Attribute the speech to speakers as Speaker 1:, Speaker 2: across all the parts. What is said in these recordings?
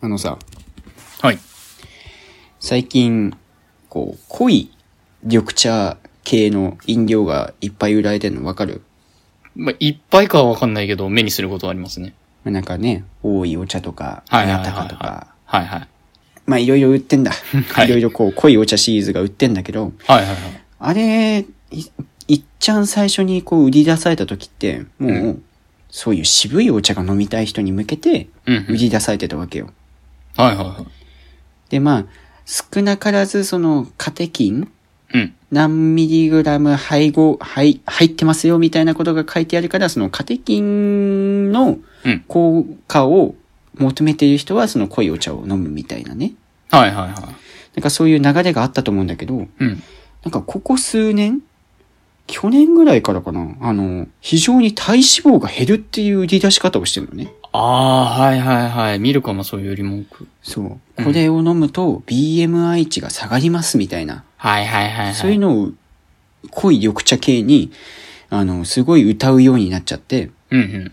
Speaker 1: あのさ、
Speaker 2: はい。
Speaker 1: 最近、こう、濃い緑茶系の飲料がいっぱい売られてるのわかる、
Speaker 2: まあ、いっぱいかはわかんないけど、目にすることはありますね。
Speaker 1: まあ、なんかね、多いお茶とか、
Speaker 2: はいはい
Speaker 1: な
Speaker 2: はい
Speaker 1: たか
Speaker 2: はい
Speaker 1: とか、
Speaker 2: はいはい。
Speaker 1: まあいろいろ売ってんだ。
Speaker 2: はい
Speaker 1: いろいろこう、濃いお茶シリーズが売ってんだけど、
Speaker 2: はいはいはい。
Speaker 1: あれ、いいっちゃん最初にこう売り出された時って、もう、
Speaker 2: う
Speaker 1: そういう渋いお茶が飲みたい人に向けて
Speaker 2: うん
Speaker 1: 売り出されてたわけよ。
Speaker 2: はいはいは
Speaker 1: で、まあ、少なからずそのカテキン
Speaker 2: い。うん。
Speaker 1: 何ミリグラム配合、はい、入ってますよみたいなことが書いてあるから、そのカテキンの
Speaker 2: うん。
Speaker 1: 効果を求めている人はその濃いお茶を飲むみたいなね。
Speaker 2: はいはいは
Speaker 1: なんかそういう流れがあったと思うんだけど、
Speaker 2: い。うん。
Speaker 1: なんかここ数年去年ぐらいからかなあの、非常に体脂肪が減るっていう売り出し方をしてるのね。
Speaker 2: ああー、はいはいはい。見るかも、そういうより文句。
Speaker 1: そう。これを飲むと BMI 値が下がりますみたいな。
Speaker 2: はいはいはいはい。
Speaker 1: そういうのを濃い緑茶系に、あの、すごい歌うようになっちゃって、
Speaker 2: うんうん。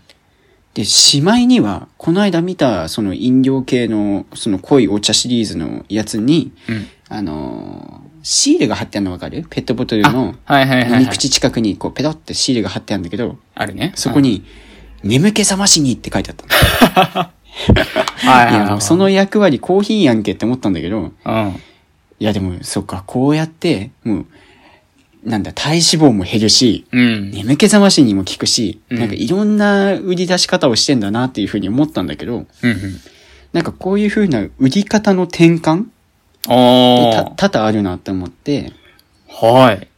Speaker 1: で、しまいには、この間見た、その飲料系の、その濃いお茶シリーズのやつに、
Speaker 2: うん。
Speaker 1: あのーシールが貼ってあるのわかるペットボトルの
Speaker 2: はいはいはい、は
Speaker 1: 飲
Speaker 2: い。
Speaker 1: み口近くに、こう、ペロってシールが貼ってあるんだけど、
Speaker 2: あるね。
Speaker 1: そこに、眠気覚ましにって書いてあったの。
Speaker 2: うん。はいはいい
Speaker 1: や、で
Speaker 2: は
Speaker 1: も
Speaker 2: い。
Speaker 1: その役割コーヒーやんけって思ったんだけど、
Speaker 2: うん。
Speaker 1: いやでも、そっか、こうやって、もう、なんだ、体脂肪も減るし、
Speaker 2: うん。
Speaker 1: 眠気覚ましにも効くし、
Speaker 2: うん
Speaker 1: なんかいろんな売り出し方をしてんだなっていうふうに思ったんだけど、
Speaker 2: うんうん。
Speaker 1: なんかこういう風な売り方の転換
Speaker 2: あ
Speaker 1: た多々あるなって思って、
Speaker 2: あ。はい。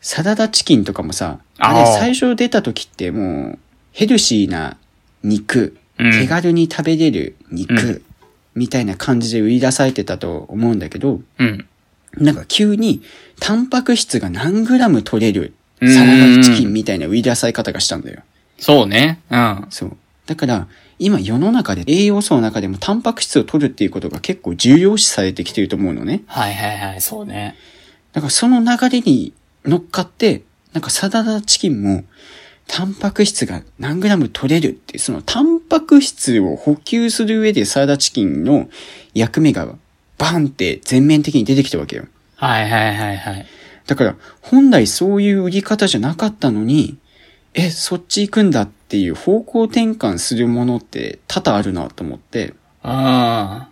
Speaker 1: サラダチキンとかもさ、
Speaker 2: あ
Speaker 1: あ
Speaker 2: ー
Speaker 1: れ最初出た時ってもう、ヘルシーな肉、
Speaker 2: うん
Speaker 1: 手軽に食べれる肉、
Speaker 2: うん
Speaker 1: みたいな感じで売り出されてたと思うんだけど、
Speaker 2: うん。
Speaker 1: なんか急に、タンパク質が何グラム取れる
Speaker 2: うん
Speaker 1: サラダチキンみたいな売り出され方がしたんだよ。
Speaker 2: そうね。うん。
Speaker 1: そう。だから、今世の中で栄養素の中でもタンパク質を取るっていうことが結構重要視されてきてると思うのね。
Speaker 2: はいはいはい、そうね。
Speaker 1: だからその流れに乗っかって、なんかサラダチキンも、タンパク質が何グラム取れるって、そのタンパク質を補給する上でサラダチキンの役目がバンって全面的に出てきたわけよ。
Speaker 2: はいはいはいはい。
Speaker 1: だから、本来そういう売り方じゃなかったのに、え、そっち行くんだっていう方向転換するものって多々あるなと思って、
Speaker 2: あ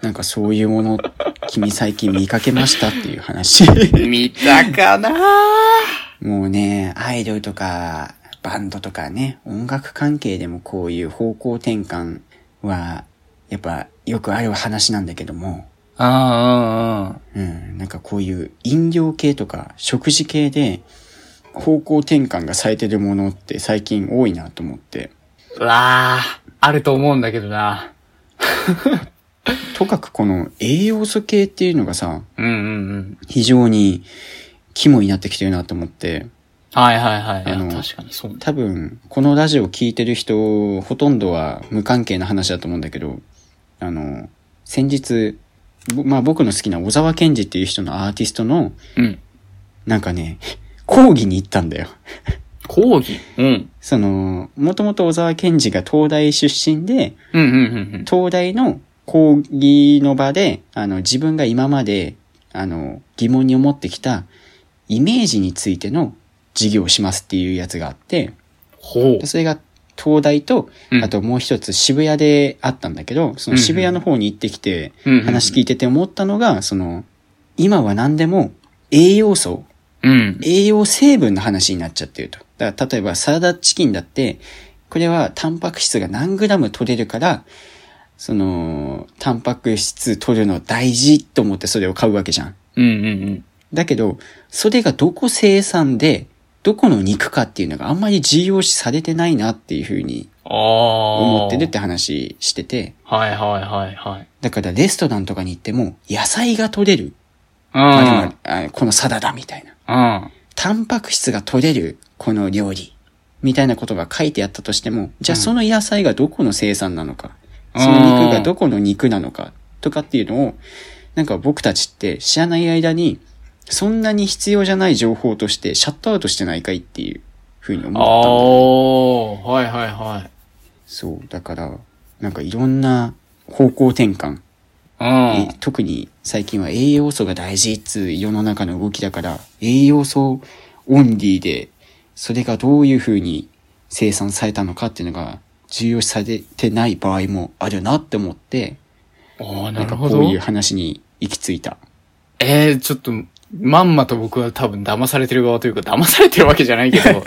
Speaker 1: なんかそういうもの、君最近見かけましたっていう話。
Speaker 2: あ。見たかな
Speaker 1: もうね、アイドルとか、バンドとかね、音楽関係でもこういう方向転換は、やっぱよくある話なんだけども、
Speaker 2: ああ、
Speaker 1: うん、なんかこういう飲料系とか食事系で方向転換がされてるものって最近多いなと思って、
Speaker 2: うわあ、あると思うんだけどな。
Speaker 1: とかくこの栄養素系っていうのがさ、
Speaker 2: うんうんうん。
Speaker 1: 非常に肝になってきてるなと思って、
Speaker 2: はいはいはい。いや
Speaker 1: あの
Speaker 2: 確かにそうね。
Speaker 1: 多分、このラジオ聞いてる人、ほとんどは無関係な話だと思うんだけど、あの、先日、ぼまあ僕の好きな小沢健二っていう人のアーティストの、
Speaker 2: うん。
Speaker 1: なんかね、講義に行ったんだよ。
Speaker 2: 講義うん。
Speaker 1: その、もともと小沢健二が東大出身で、
Speaker 2: うんうんうん
Speaker 1: 東大の講義の場で、あの、自分が今まで、あの、疑問に思ってきた、イメージについての授業をしますっていうやつがあって、
Speaker 2: ほ
Speaker 1: でそれが東大と
Speaker 2: う、ん
Speaker 1: あともう一つ渋谷であったんだけど、その渋谷の方に行ってきて
Speaker 2: うんうん
Speaker 1: 話聞いてて思ったのが、その、今は何でも栄養素、
Speaker 2: う。うん。
Speaker 1: 栄養成分の話になっちゃってると。だから例えばサラダチキンだって、これはタンパク質が何グラム取れるから、その、タンパク質取るの大事と思ってそれを買うわけじゃん。
Speaker 2: うんうん
Speaker 1: だけど、それがどこ生産で、どこの肉かっていうのがあんまり重要視されてないなっていうふうに
Speaker 2: うん。ああ。
Speaker 1: 思ってるっ。て話してて、
Speaker 2: はいはいはいはい。
Speaker 1: だからレストランとかに行っても、野菜が取れる、
Speaker 2: うん。
Speaker 1: あこのサラダみたいな。
Speaker 2: うん。
Speaker 1: タンパク質が取れる、この料理。みたいなことが書いてあったとしても、じゃあその野菜がどこの生産なのか、
Speaker 2: うん
Speaker 1: その肉がどこの肉なのか、とかっていうのを、なんか僕たちって知らない間に、そんなに必要じゃない情報としてシャットアウトしてないかいっていうふうに思った
Speaker 2: あ
Speaker 1: んだよ
Speaker 2: あ。はいはいはい。
Speaker 1: そう、だから、なんかいろんな方向転換。
Speaker 2: うん。
Speaker 1: 特に最近は栄養素が大事っつう世の中の動きだから、栄養素オンリーで、それがどういう風に生産されたのかっていうのが重要視されてない場合もあるなって思って、
Speaker 2: あ
Speaker 1: な
Speaker 2: あ、なんる
Speaker 1: か
Speaker 2: ほ
Speaker 1: こ
Speaker 2: ど
Speaker 1: う。いう話に行き着いた。
Speaker 2: ええちょっと、まんまと僕は多分騙されてる側というか、騙されてるわけじゃないけ ど、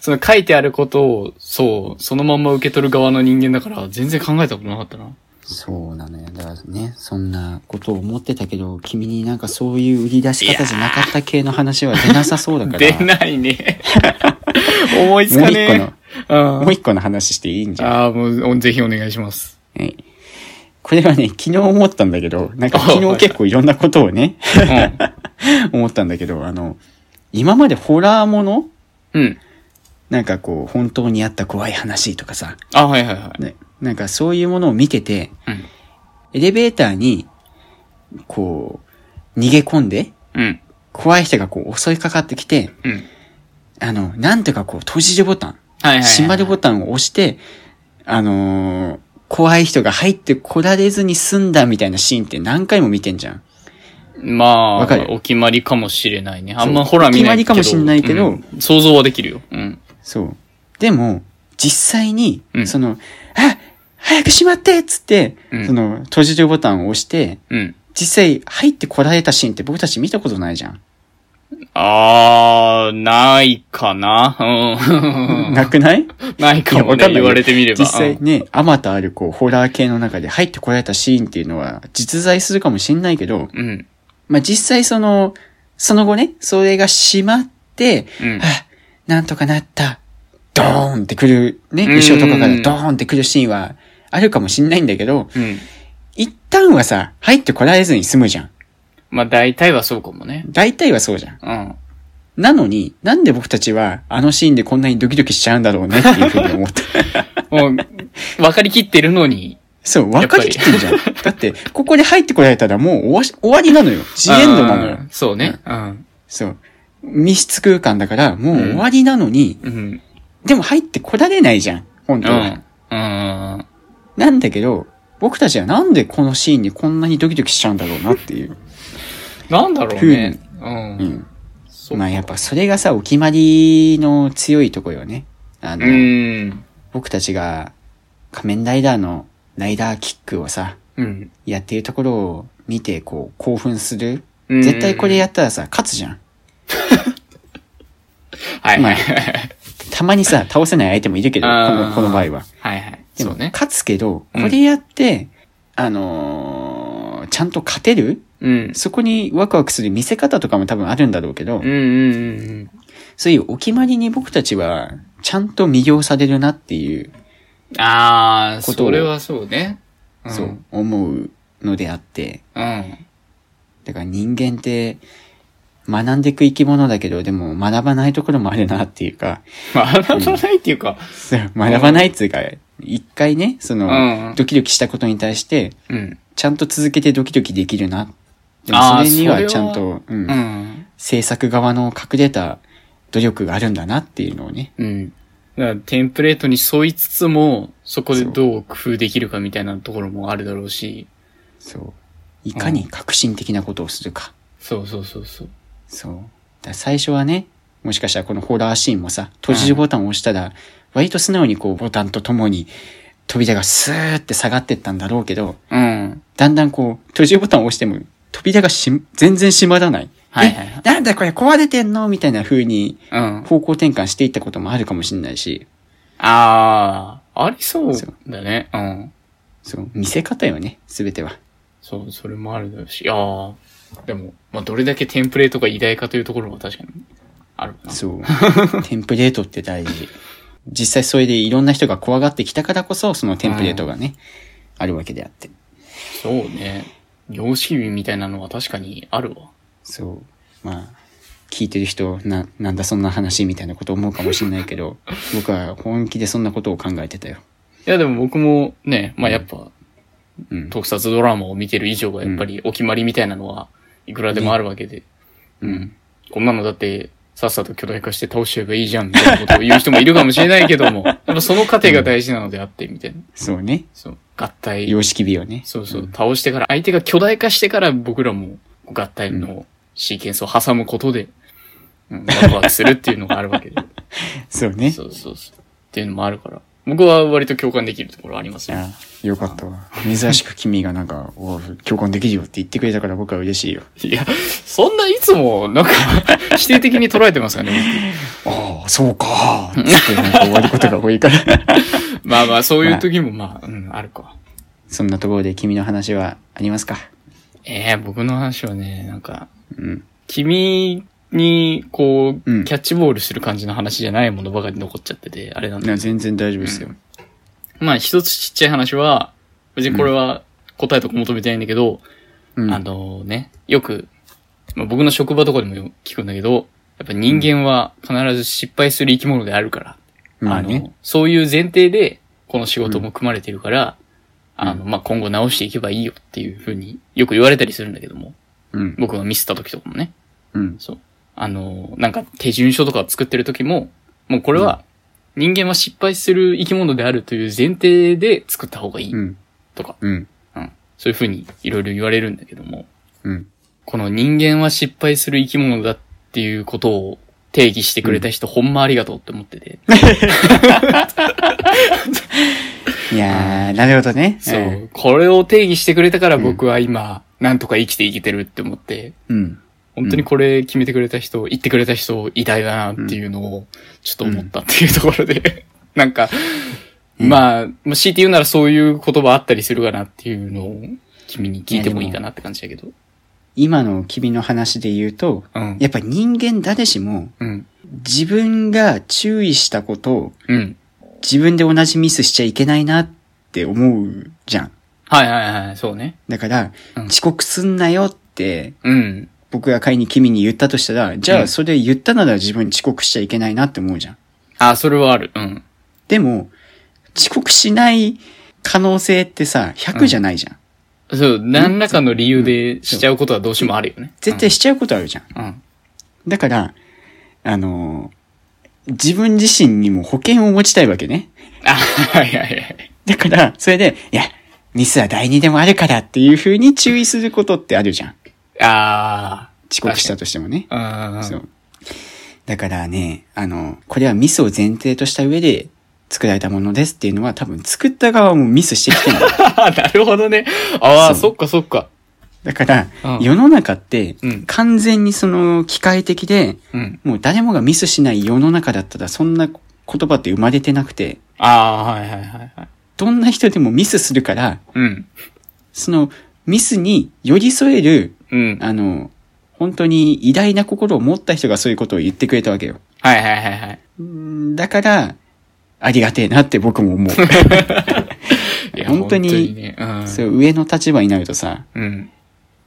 Speaker 2: その書いてあることを、そう、そのまんま受け取る側の人間だから、全然考えたことなかったな。
Speaker 1: そうなのよ。だからね、そんなことを思ってたけど、君になんかそういう売り出し方じゃなかった系の話は出なさそうだから。
Speaker 2: 出ないね。思いつかねえ。
Speaker 1: も
Speaker 2: も
Speaker 1: う一個の話していいんじゃん。
Speaker 2: ああ、もう、おぜひお願いし ます。
Speaker 1: はい。これはね、昨日思ったんだけど、なんか
Speaker 2: あ
Speaker 1: 昨
Speaker 2: は
Speaker 1: 日
Speaker 2: い
Speaker 1: 結構いろんなことをね、
Speaker 2: う
Speaker 1: 思ったんだけど、あの、今までホラーもの
Speaker 2: ん。うん。
Speaker 1: なんかこう、本当にあった怖い話とかさ、
Speaker 2: あはいはいはい。
Speaker 1: ね、なんかそういうものを見てて、
Speaker 2: うん。
Speaker 1: エレベーターに、こう、逃げ込んで、
Speaker 2: うん。
Speaker 1: 怖い人がこう襲いかかってきて、
Speaker 2: うん。
Speaker 1: あの、なんとかこう閉じるボタン、
Speaker 2: はいはい、はい。
Speaker 1: 閉まるボタンを押して、あのー怖い人が入ってこられずに済んだみたいなシーンって何回も見てんじゃん。
Speaker 2: まあ、
Speaker 1: わかる
Speaker 2: お決まりかもしれないね。あん
Speaker 1: そう
Speaker 2: まホラー見ないけど。
Speaker 1: お決まりかもしれないけど
Speaker 2: うん想像はできるよ。うん。
Speaker 1: そう。でも、実際に、
Speaker 2: うん
Speaker 1: その、あ早く閉まってっつって、
Speaker 2: うん
Speaker 1: その、閉じるボタンを押して、
Speaker 2: うん。
Speaker 1: 実際入ってこられたシーンって僕たち見たことないじゃん。
Speaker 2: あー、ないかな。うん。
Speaker 1: なくない
Speaker 2: ないか
Speaker 1: いやわ
Speaker 2: も
Speaker 1: かんな
Speaker 2: ね、
Speaker 1: い
Speaker 2: 言われてみれば。
Speaker 1: 実際ね、あまたあるこう、ホラー系の中で入ってこられたシーンっていうのは実在するかもしれないけど、
Speaker 2: うん。
Speaker 1: まあ、実際その、その後ね、それが閉まって、
Speaker 2: うん。
Speaker 1: あ、なんとかなった。ドーンってくる、ね、後ろとかからドーンってくるシーンはあるかもしんないんだけど、
Speaker 2: うん。
Speaker 1: 一旦はさ、入ってこられずに済むじゃん。
Speaker 2: まあ、大体はそうかもね。
Speaker 1: 大体はそうじゃん。
Speaker 2: うん。
Speaker 1: なのに、なんで僕たちはあのシーンでこんなにドキドキしちゃうんだろうねっていうふうに思った。
Speaker 2: も う、分かりきってるのに。
Speaker 1: そう、分かりきってるじゃん。だって、ここで入ってこられたらもう終わし終わりなのよ。ジエンドなのよ
Speaker 2: あー。そうね。うん。
Speaker 1: そう。密室空間だから、もう終わりなのに、
Speaker 2: うん。
Speaker 1: でも入ってこられないじゃん。本
Speaker 2: う
Speaker 1: 当は。
Speaker 2: ん。うん。
Speaker 1: なんだけど、僕たちはなんでこのシーンにこんなにドキドキしちゃうんだろうなっていう。
Speaker 2: なんだろうね。うん。
Speaker 1: うん。
Speaker 2: そう
Speaker 1: まあやっぱそれがさ、お決まりの強いとこよね。あの、
Speaker 2: うん。
Speaker 1: 僕たちが仮面ライダーのライダーキックをさ、
Speaker 2: うん。
Speaker 1: やってるところを見てこう興奮する。
Speaker 2: うん
Speaker 1: 絶対これやったらさ、勝つじゃん。
Speaker 2: はい
Speaker 1: ま
Speaker 2: は
Speaker 1: あ
Speaker 2: い。
Speaker 1: たまに さ、倒せない相手もいるけど、こ
Speaker 2: あー
Speaker 1: の、この場合は。
Speaker 2: はいはい。
Speaker 1: で
Speaker 2: そ
Speaker 1: も、
Speaker 2: うね。
Speaker 1: 勝つけど、
Speaker 2: うん
Speaker 1: これやって、あのーちゃんと勝てる
Speaker 2: うん。
Speaker 1: そこにワクワクする見せ方とかも多分あるんだろうけど、
Speaker 2: うんうんうんうん。
Speaker 1: そういうお決まりに僕たちは、ちゃんと魅了されるなっていう、
Speaker 2: ああ、
Speaker 1: ことを
Speaker 2: それはそうね。ん
Speaker 1: そう。、思うのであって、
Speaker 2: うん。
Speaker 1: だから人間って、学んでいく生き物だけど、でも学ばないところもあるなっていうか、
Speaker 2: 学ばないっていうか、
Speaker 1: そう学ばないっていうか、一回ね、そ
Speaker 2: うんう
Speaker 1: の、
Speaker 2: ん
Speaker 1: ドキドキしたことに対して、
Speaker 2: うん。
Speaker 1: ちゃんと続けてドキドキできるな。でも
Speaker 2: あ
Speaker 1: そ
Speaker 2: ー
Speaker 1: れに
Speaker 2: それ
Speaker 1: は
Speaker 2: は
Speaker 1: ちゃんと、う、
Speaker 2: うんん。
Speaker 1: 制作側の隠れた努力があるんだなっていうのをね。
Speaker 2: うん。だから、テンプレートに沿いつつも、そこでどう工夫できるかみたいなところもあるだろうし。
Speaker 1: そう。いかに革新的なことをするか。
Speaker 2: そうそうそうそう。
Speaker 1: そう。だから最初はね、もしかしたらこのホラーシーンもさ、閉じるボタンを押したら、割と素直にこうボタンとともに扉がスーって下がってったんだろうけど、
Speaker 2: うん。
Speaker 1: だんだんこう、閉じるボタンを押しても、扉がし、全然閉まらない。
Speaker 2: はいはいはい
Speaker 1: えなんだこれ壊れてんのみたいな風に
Speaker 2: うん。
Speaker 1: 方向転換していったこともあるかもしれないし、
Speaker 2: ああ、ありそう
Speaker 1: そう
Speaker 2: だね。うん。
Speaker 1: そう、見せ方よね、すべては。
Speaker 2: そう、それもあるだろうし。ああ。でも、まあ、どれだけテンプレートが偉大かというところも確かに、あるかな。
Speaker 1: そう。 テンプレートって大事。実際それでいろんな人が怖がってきたからこそ、そのテンプレートがね、あるわけであって。
Speaker 2: そうね。様式美みたいなのは確かにあるわ。
Speaker 1: そう。まあ、聞いてる人、な、なんだそんな話みたいなこと思うかもしれないけ ど、僕は本気でそんなことを考えてたよ。
Speaker 2: いや、でも僕もね、まあやっぱ、
Speaker 1: うん。
Speaker 2: 特撮ドラマを見てる以上はやっぱりお決まりみたいなのはいくらでもあるわけで。
Speaker 1: うん。
Speaker 2: こんなのだって、さっさと巨大化して倒しちゃえばいいじゃんみ たいなことを言う人もいるかもしれないけども、やっぱその過程が大事なのであって、みたいな。
Speaker 1: そうね。
Speaker 2: そう。合体。
Speaker 1: 様式美をね。。
Speaker 2: そうそううん倒してから、相手が巨大化してから僕らも合体のシーケンスを挟むことで、うん、ワクワクするっていうのがあるわけ で。
Speaker 1: そうね。
Speaker 2: そうそうそう。っていうのもあるから。僕は割と共感できるところあります
Speaker 1: い
Speaker 2: よ。
Speaker 1: や、よかったわ。珍しく君がなんか、お共感できるよって言ってくれたから僕は嬉しいよ。
Speaker 2: いや、そんないつも、なんか、否定的に捉えてますかね。
Speaker 1: ああ、そうかー。つってなんか終わることが多いから。
Speaker 2: 僕まあまあ、そういう時もまあ、うん、あるか。
Speaker 1: そんなところで君の話はありますか
Speaker 2: ええ僕の話はね、なんか、
Speaker 1: うん。
Speaker 2: 君に、こ
Speaker 1: う
Speaker 2: う、
Speaker 1: ん
Speaker 2: キャッチボールする感じの話じゃないものばかり残っちゃってて、あれなん
Speaker 1: い
Speaker 2: だ
Speaker 1: や、全然大丈夫ですよ。
Speaker 2: まあ一つちっちゃい話は、別にこれは答えとか求めてないんだけど、
Speaker 1: うん。
Speaker 2: あのね、よく、まあ、僕の職場とかでも聞くんだけど、やっぱ人間は必ず失敗する生き物であるから、
Speaker 1: まあ
Speaker 2: あ
Speaker 1: ね。
Speaker 2: の、そういう前提で、この仕事も組まれてるから、
Speaker 1: ん
Speaker 2: あの、まあ、今後直していけばいいよっていうふうによく言われたりするんだけども、
Speaker 1: うん。
Speaker 2: 僕がミスった時とかもね、
Speaker 1: うん。
Speaker 2: そう。あの、なんか手順書とかを作ってる時も、もうこれは人間は失敗する生き物であるという前提で作った方がいい
Speaker 1: うん。
Speaker 2: とか、
Speaker 1: うん。
Speaker 2: うん。そういうふうにいろいろ言われるんだけども、
Speaker 1: うん。
Speaker 2: この人間は失敗する生き物だっていうことを定義してくれた人、ほんまありがとうって思ってて。
Speaker 1: いやー、なるほどね。
Speaker 2: そ
Speaker 1: ん
Speaker 2: う。これを定義してくれたから僕は今、なんとか生きていけてるって思って、
Speaker 1: うん。
Speaker 2: 本当にこれ決めてくれた人、言ってくれた人、偉大だなっていうのを、ちょっと思ったっていうところで、 なんか、まあ、まあ、強いて言うならそういう言葉あったりするかなっていうのを、君に聞いてもいいかなって感じだけど。
Speaker 1: 今の君の話で言うと、
Speaker 2: うん。
Speaker 1: やっぱ人間誰しも
Speaker 2: うん。
Speaker 1: 自分が注意したことを
Speaker 2: うん。
Speaker 1: 自分で同じミスしちゃいけないなって思うじゃん。
Speaker 2: はいはいはい、そうね。
Speaker 1: だから、
Speaker 2: うん
Speaker 1: 遅刻すんなよって
Speaker 2: うん。
Speaker 1: 僕が仮に君に言ったとしたら、じゃ
Speaker 2: う
Speaker 1: あ
Speaker 2: ん
Speaker 1: それ言ったなら自分遅刻しちゃいけないなって思うじゃん。
Speaker 2: あ、それはある。うん。
Speaker 1: でも、遅刻しない可能性ってさ、100じゃないじゃん。
Speaker 2: そう、何らかの理由でしちゃうことはどうしてもあるよね。
Speaker 1: 絶対しちゃうことあるじゃん。
Speaker 2: うん。
Speaker 1: だから、あのー自分自身にも保険を持ちたいわけね。
Speaker 2: あ、はいはいはい。
Speaker 1: だから、それで、いや、ミスは第二でもあるからっていう風に注意することってあるじゃん。
Speaker 2: あ
Speaker 1: 遅刻したとしてもね。
Speaker 2: あ。うん。
Speaker 1: そう。だからね、あの、これはミスを前提とした上で作られたものですっていうのは多分作った側もミスしてきてる。
Speaker 2: あ なるほどね。ああ、
Speaker 1: そ
Speaker 2: そっかそっか。
Speaker 1: だから、
Speaker 2: うん
Speaker 1: 世の中って
Speaker 2: うん
Speaker 1: 完全にその機械的で、
Speaker 2: うん。
Speaker 1: もう誰もがミスしない世の中だったらそんな言葉って生まれてなくて、
Speaker 2: ああ、はいはいはいはい。
Speaker 1: どんな人でもミスするから、
Speaker 2: うん。
Speaker 1: そのミスに寄り添える、
Speaker 2: うん。
Speaker 1: あの、本当に偉大な心を持った人がそういうことを言ってくれたわけよ。
Speaker 2: はいはいはいはい。
Speaker 1: うんだから、ありがてえなって僕も思う。
Speaker 2: いや
Speaker 1: 本当に
Speaker 2: ねうん。
Speaker 1: そう、上の立場になるとさ、
Speaker 2: うん。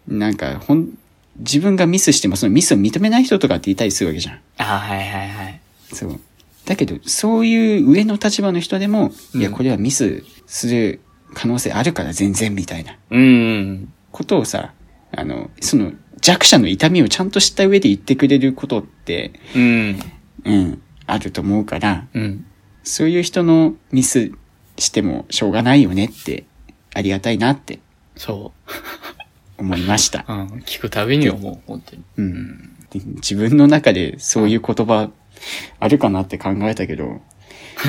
Speaker 1: なんか、ほん、自分がミスしてもそのミスを認めない人とかっていたりするわけじゃん。
Speaker 2: あーはいはいはい。
Speaker 1: そう。だけど、そういう上の立場の人でも、
Speaker 2: うん
Speaker 1: いや、これはミスする可能性あるから全然みたいな
Speaker 2: うん。
Speaker 1: ことをさ、あの、その弱者の痛みをちゃんと知った上で言ってくれることって、
Speaker 2: うん。
Speaker 1: うん、あると思うから、
Speaker 2: うん。
Speaker 1: そういう人のミスしてもしょうがないよねって、ありがたいなって
Speaker 2: そ
Speaker 1: 思いました
Speaker 2: う。。うん。聞くたびに思う、本当に。
Speaker 1: うん、で自分の中でそういう言葉あるかなって考えたけど、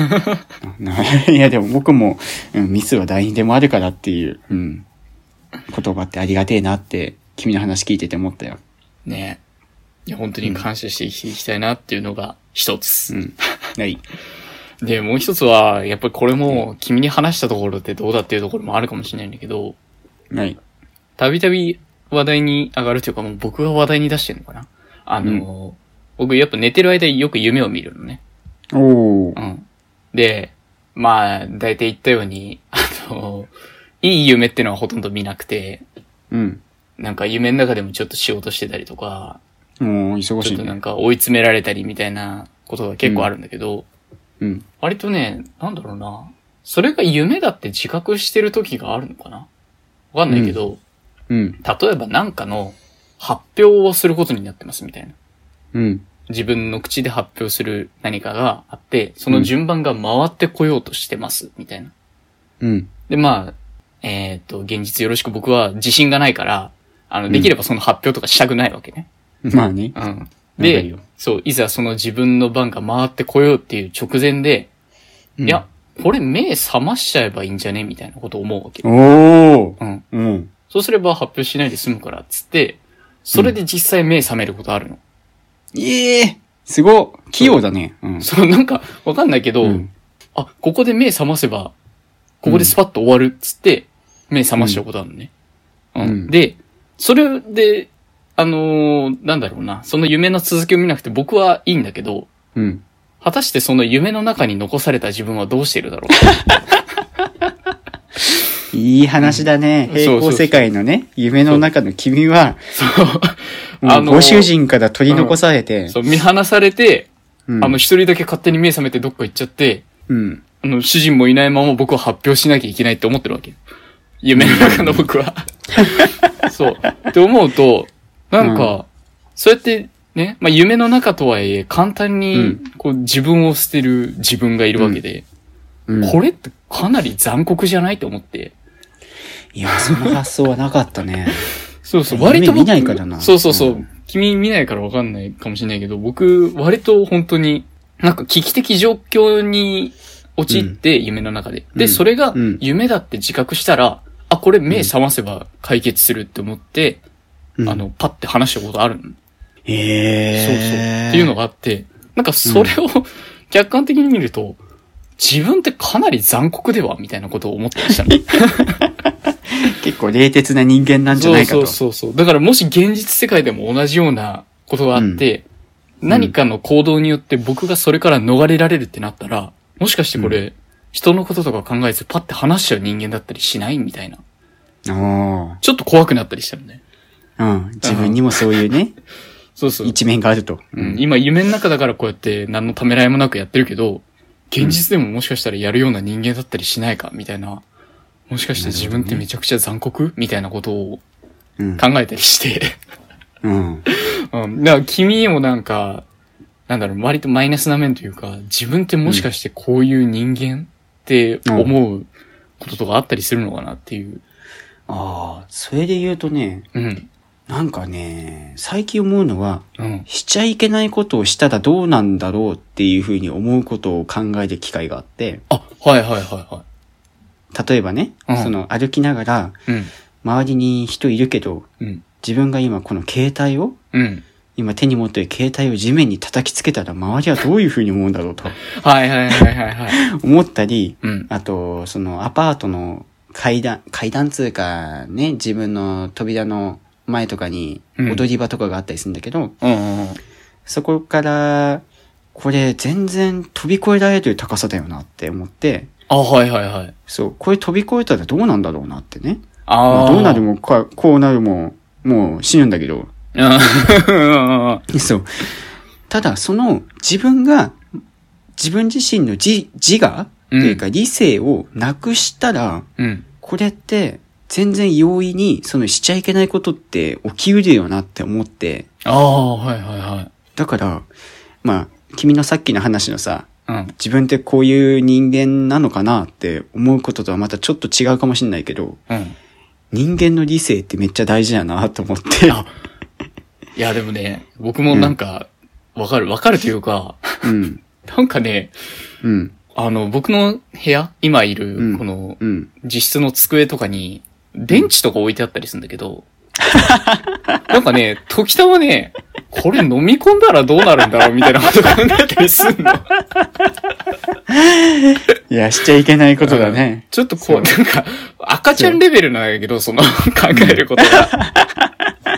Speaker 1: ないやでも僕も、うん、ミスは誰にでもあるからっていう、うん、言葉ってありがてえなって君の話聞いてて思ったよ。
Speaker 2: ねいや、本当に感謝して生きていきたいなっていうのが一つ。
Speaker 1: うん。はい。
Speaker 2: で、もう一つは、やっぱりこれも君に話したところってどうだっていうところもあるかもしれないんだけど、
Speaker 1: はい。
Speaker 2: たびたび話題に上がるというか、もう僕が話題に出してるのかな。あの、僕やっぱ寝てる間によく夢を見るのね。
Speaker 1: おー。
Speaker 2: うん。で、まあ、大体言ったように、あの、いい夢ってのはほとんど見なくて、
Speaker 1: うん。
Speaker 2: なんか夢の中でもちょっと仕事してたりとか、
Speaker 1: もう忙
Speaker 2: ち
Speaker 1: し
Speaker 2: ょっ
Speaker 1: い
Speaker 2: となん
Speaker 1: ね。
Speaker 2: か追い詰められたりみたいなことが結構あるんだけど、
Speaker 1: うん。
Speaker 2: 割とね、なんだろうな。それが夢だって自覚してる時があるのかなわかんないけど、
Speaker 1: うん。
Speaker 2: 例えばなんかの発表をすることになってますみたいな。
Speaker 1: うん。
Speaker 2: 自分の口で発表する何かがあって、その順番が回ってこようとしてますみたいな。
Speaker 1: うん。
Speaker 2: で、まあ、えーっと、現実よろしく僕は自信がないから、あの、できればその発表とかしたくないわけね。
Speaker 1: まあね。
Speaker 2: うん。
Speaker 1: わかる
Speaker 2: で
Speaker 1: よ、
Speaker 2: そう、いざその自分の番が回ってこようっていう直前で、
Speaker 1: うん
Speaker 2: いや、これ目覚ましちゃえばいいんじゃねみたいなこと思うわけ。
Speaker 1: おー
Speaker 2: うん。
Speaker 1: うん。
Speaker 2: そうすれば発表しないで済むから、つって、それで実際目覚めることあるの。
Speaker 1: ええすごっ器用だね。うん。
Speaker 2: そう、なんか、わかんないけど、
Speaker 1: うん
Speaker 2: あ、ここで目覚ませば、ここでスパッと終わる、つって、目覚ましちゃうことあるのね。うん。
Speaker 1: うん
Speaker 2: で、それで、あのーなんだろうな、その夢の続きを見なくて僕はいいんだけど、
Speaker 1: うん。
Speaker 2: 果たしてその夢の中に残された自分はどうしてるだろ
Speaker 1: いい話だね。
Speaker 2: うん
Speaker 1: 平
Speaker 2: そう
Speaker 1: 行
Speaker 2: そうそう
Speaker 1: 世界のね、夢の中の君は、
Speaker 2: う。
Speaker 1: もう
Speaker 2: のー
Speaker 1: ご主人から取り残されて、
Speaker 2: そう、見放されて、
Speaker 1: うん
Speaker 2: あの、一人だけ勝手に目覚めてどっか行っちゃって、
Speaker 1: うん。
Speaker 2: あの、主人もいないまま僕は発表しなきゃいけないって思ってるわけ。夢の中の僕 は。そう。って思うと、なんか、そうやってね、まあ夢の中とはいえ、簡単
Speaker 1: う
Speaker 2: に
Speaker 1: ん、
Speaker 2: こう自分を捨てる自分がいるわけで、
Speaker 1: うん、
Speaker 2: これってかなり残酷じゃないと思って。
Speaker 1: いや、その発想はなかった ね。
Speaker 2: そうそう、
Speaker 1: 夢
Speaker 2: 割と僕
Speaker 1: 見ないからな
Speaker 2: そうそうそう。
Speaker 1: うん
Speaker 2: 君見ないからわかんないかもしれないけど、僕、割と本当に、なんか危機的状況に陥って、夢の中で。
Speaker 1: う
Speaker 2: で、
Speaker 1: ん
Speaker 2: それが
Speaker 1: うん、
Speaker 2: 夢だって自覚したら、あ、これ目覚ませば解決するって思って、
Speaker 1: うん
Speaker 2: あ、の、パッて話したことあるの。
Speaker 1: ええ
Speaker 2: そうそう。っていうのがあって、なんかそれを、客観的に見ると、自分ってかなり残酷ではみたいなことを思ってま したね。
Speaker 1: 結構冷徹な人間なんじゃないかと。
Speaker 2: そうそうそうそう。だからもし現実世界でも同じようなことがあって、
Speaker 1: ん
Speaker 2: 何かの行動によって僕がそれから逃れられるってなったら、もしかしてこれ、人のこととか考えずパッて話しちゃう人間だったりしないみたいな。
Speaker 1: お
Speaker 2: ちょっと怖くなったりしたよね。
Speaker 1: ーうん。自分にもそういうね、
Speaker 2: そうそう。
Speaker 1: 一面があると。
Speaker 2: うん、今夢の中だからこうやって何のためらいもなくやってるけど、現実でももしかしたらやるような人間だったりしないかみたいな。もしかして自分ってめちゃくちゃ残酷みたいなことを
Speaker 1: うん。
Speaker 2: 考えたりして。
Speaker 1: うん。
Speaker 2: うん。だから君もなんか、なんだろう、割とマイナスな面というか、自分ってもしかしてこういう人間って思うこととかあったりするのかなっていう。
Speaker 1: ああ、それで言うとね、
Speaker 2: うん。
Speaker 1: なんかね、最近思うのは、
Speaker 2: うん。
Speaker 1: しちゃいけないことをしたらどうなんだろうっていうふうに思うことを考える機会があって、
Speaker 2: あ、はいはいはいは
Speaker 1: 例えばね、
Speaker 2: うん
Speaker 1: その歩きながら、
Speaker 2: い。うん。
Speaker 1: 周りに人いるけど、
Speaker 2: うん。
Speaker 1: 自分が今この携帯を、
Speaker 2: うん。
Speaker 1: 今手に持ってる携帯を地面に叩きつけたら周りはどういうふうに思うんだろうと
Speaker 2: はいはいはいはいはい。
Speaker 1: 思ったり、
Speaker 2: うん。
Speaker 1: あと、そのアパートの階段、階段通かね、自分の扉の前とかに
Speaker 2: うん
Speaker 1: 踊り場とかがあったりするんだけど、
Speaker 2: うんうんうん。
Speaker 1: そこから、これ全然飛び越えられる高さだよなって思って、
Speaker 2: あ、はいはいはい。
Speaker 1: そう、これ飛び越えたらどうなんだろうなってね。ま
Speaker 2: あ
Speaker 1: あ
Speaker 2: あ。
Speaker 1: どうなるもか、こうなるも、もう死ぬんだけど。
Speaker 2: うんうんうん。
Speaker 1: そう。ただ、その自分が、自分自身の自自我って
Speaker 2: うん
Speaker 1: いうか理性をなくしたら、
Speaker 2: うん。
Speaker 1: これって全然容易にそのしちゃいけないことって起きうるよなって思って、
Speaker 2: ああ、はいはいはい。
Speaker 1: だから、まあ、君のさっきの話のさ、
Speaker 2: うん。
Speaker 1: 自分ってこういう人間なのかなって思うこととはまたちょっと違うかもしれないけど、
Speaker 2: うん。
Speaker 1: 人間の理性ってめっちゃ大事だなと思って。
Speaker 2: あいや、でもね、僕もなんか、わかる、わかるというか、
Speaker 1: うん。
Speaker 2: なんかね、
Speaker 1: うん。
Speaker 2: あの、僕の部屋、今い
Speaker 1: うん
Speaker 2: る、この、
Speaker 1: うん。
Speaker 2: 自室の机とかに、電池とか置いてあったりするんだ けど、なんかね、時たまね、これ飲み込んだらどうなるんだろうみたいなこと考えたりする の。
Speaker 1: いや、しちゃいけないことだね。
Speaker 2: ちょっとこう、なんか、赤ちゃんレベルなんだけど、その、考えることが。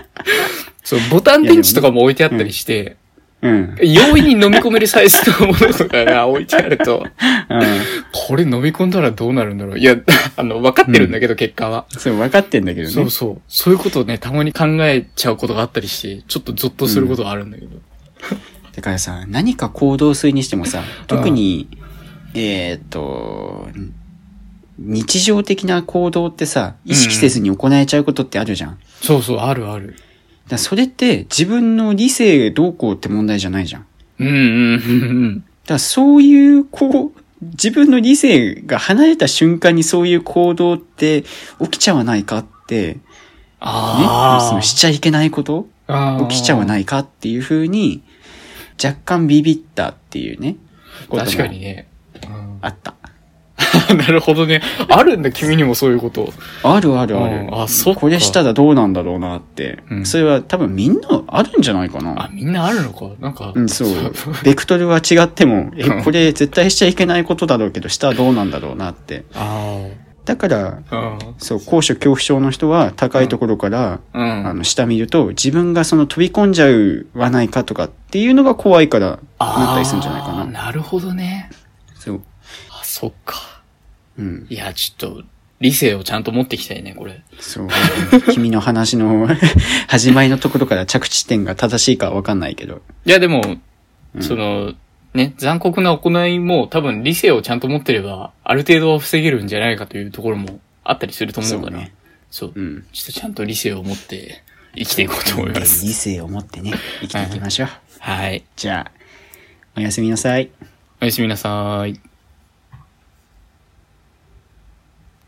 Speaker 2: そう、ボタン電池とかも置いてあったりして、
Speaker 1: うん。うん。
Speaker 2: 容易に飲み込めるサイズのものとかが置いてあると、これ飲み込んだらどうなるんだろう。いや、あの、分かってるんだけど、結果は。
Speaker 1: そう、分かってんだけどね。
Speaker 2: そうそう。そういうことをね、たまに考えちゃうことがあったりして、ちょっとゾッとすることがあるんだけど。
Speaker 1: だからさ、何か行動するにしてもさ、特に、えーっと、日常的な行動ってさ、意識せずに行えちゃうことってあるじゃん。だか
Speaker 2: そうそう、あるある。
Speaker 1: らそれって自分の理性どうこうって問題じゃないじゃん。だか
Speaker 2: うんうんうんうん。
Speaker 1: らそういう、こう、自分の理性が離れた瞬間にそういう行動って起きちゃわないかって、ね、そのしちゃいけないこと
Speaker 2: あ
Speaker 1: 起きちゃわ
Speaker 2: い。
Speaker 1: ないかっていう風に、若干ビビったっていうね、こと
Speaker 2: 確か
Speaker 1: も
Speaker 2: にね。
Speaker 1: あった。
Speaker 2: なるほどね。あるんだ、君にもそういうこと。
Speaker 1: あるあるあ
Speaker 2: う
Speaker 1: る。
Speaker 2: んあそっか
Speaker 1: これしたらどうなんだろうなって。
Speaker 2: うん
Speaker 1: それは多分みんなあるんじゃないか
Speaker 2: あ、
Speaker 1: な。
Speaker 2: みんなあるのかなんか。
Speaker 1: うん、そう。ベクトルは違っても、え、これ絶対しちゃいけないことだろうけど、したらどうなんだろうなって。
Speaker 2: あ
Speaker 1: だから、
Speaker 2: あ。
Speaker 1: そう、高所恐怖症の人は高いところから、
Speaker 2: うん。
Speaker 1: あ
Speaker 2: うん。
Speaker 1: の、下見ると、自分がその飛び込んじゃうはないかとかっていうのが怖いから、なったりするんじゃないか
Speaker 2: あー
Speaker 1: な。
Speaker 2: なるほどね。
Speaker 1: そう。
Speaker 2: あ、そっか。
Speaker 1: うん。
Speaker 2: いや、ちょっと、理性をちゃんと持ってきたいね、これ。
Speaker 1: そう。 君の話の 始まりのところから着地点が正しいかはわかんないけど。
Speaker 2: いや、でも、
Speaker 1: うん
Speaker 2: その、ね、残酷な行いも多分理性をちゃんと持ってれば、ある程度は防げるんじゃないかというところもあったりすると思うから。
Speaker 1: そうね
Speaker 2: そう。
Speaker 1: うん。
Speaker 2: ちょっとちゃんと理性を持って生きていこうと思いま
Speaker 1: 理
Speaker 2: す。
Speaker 1: 性を持ってね、生きていきましょう。
Speaker 2: はい。
Speaker 1: じゃあ、おやすみなさい。
Speaker 2: おやすみなさーい。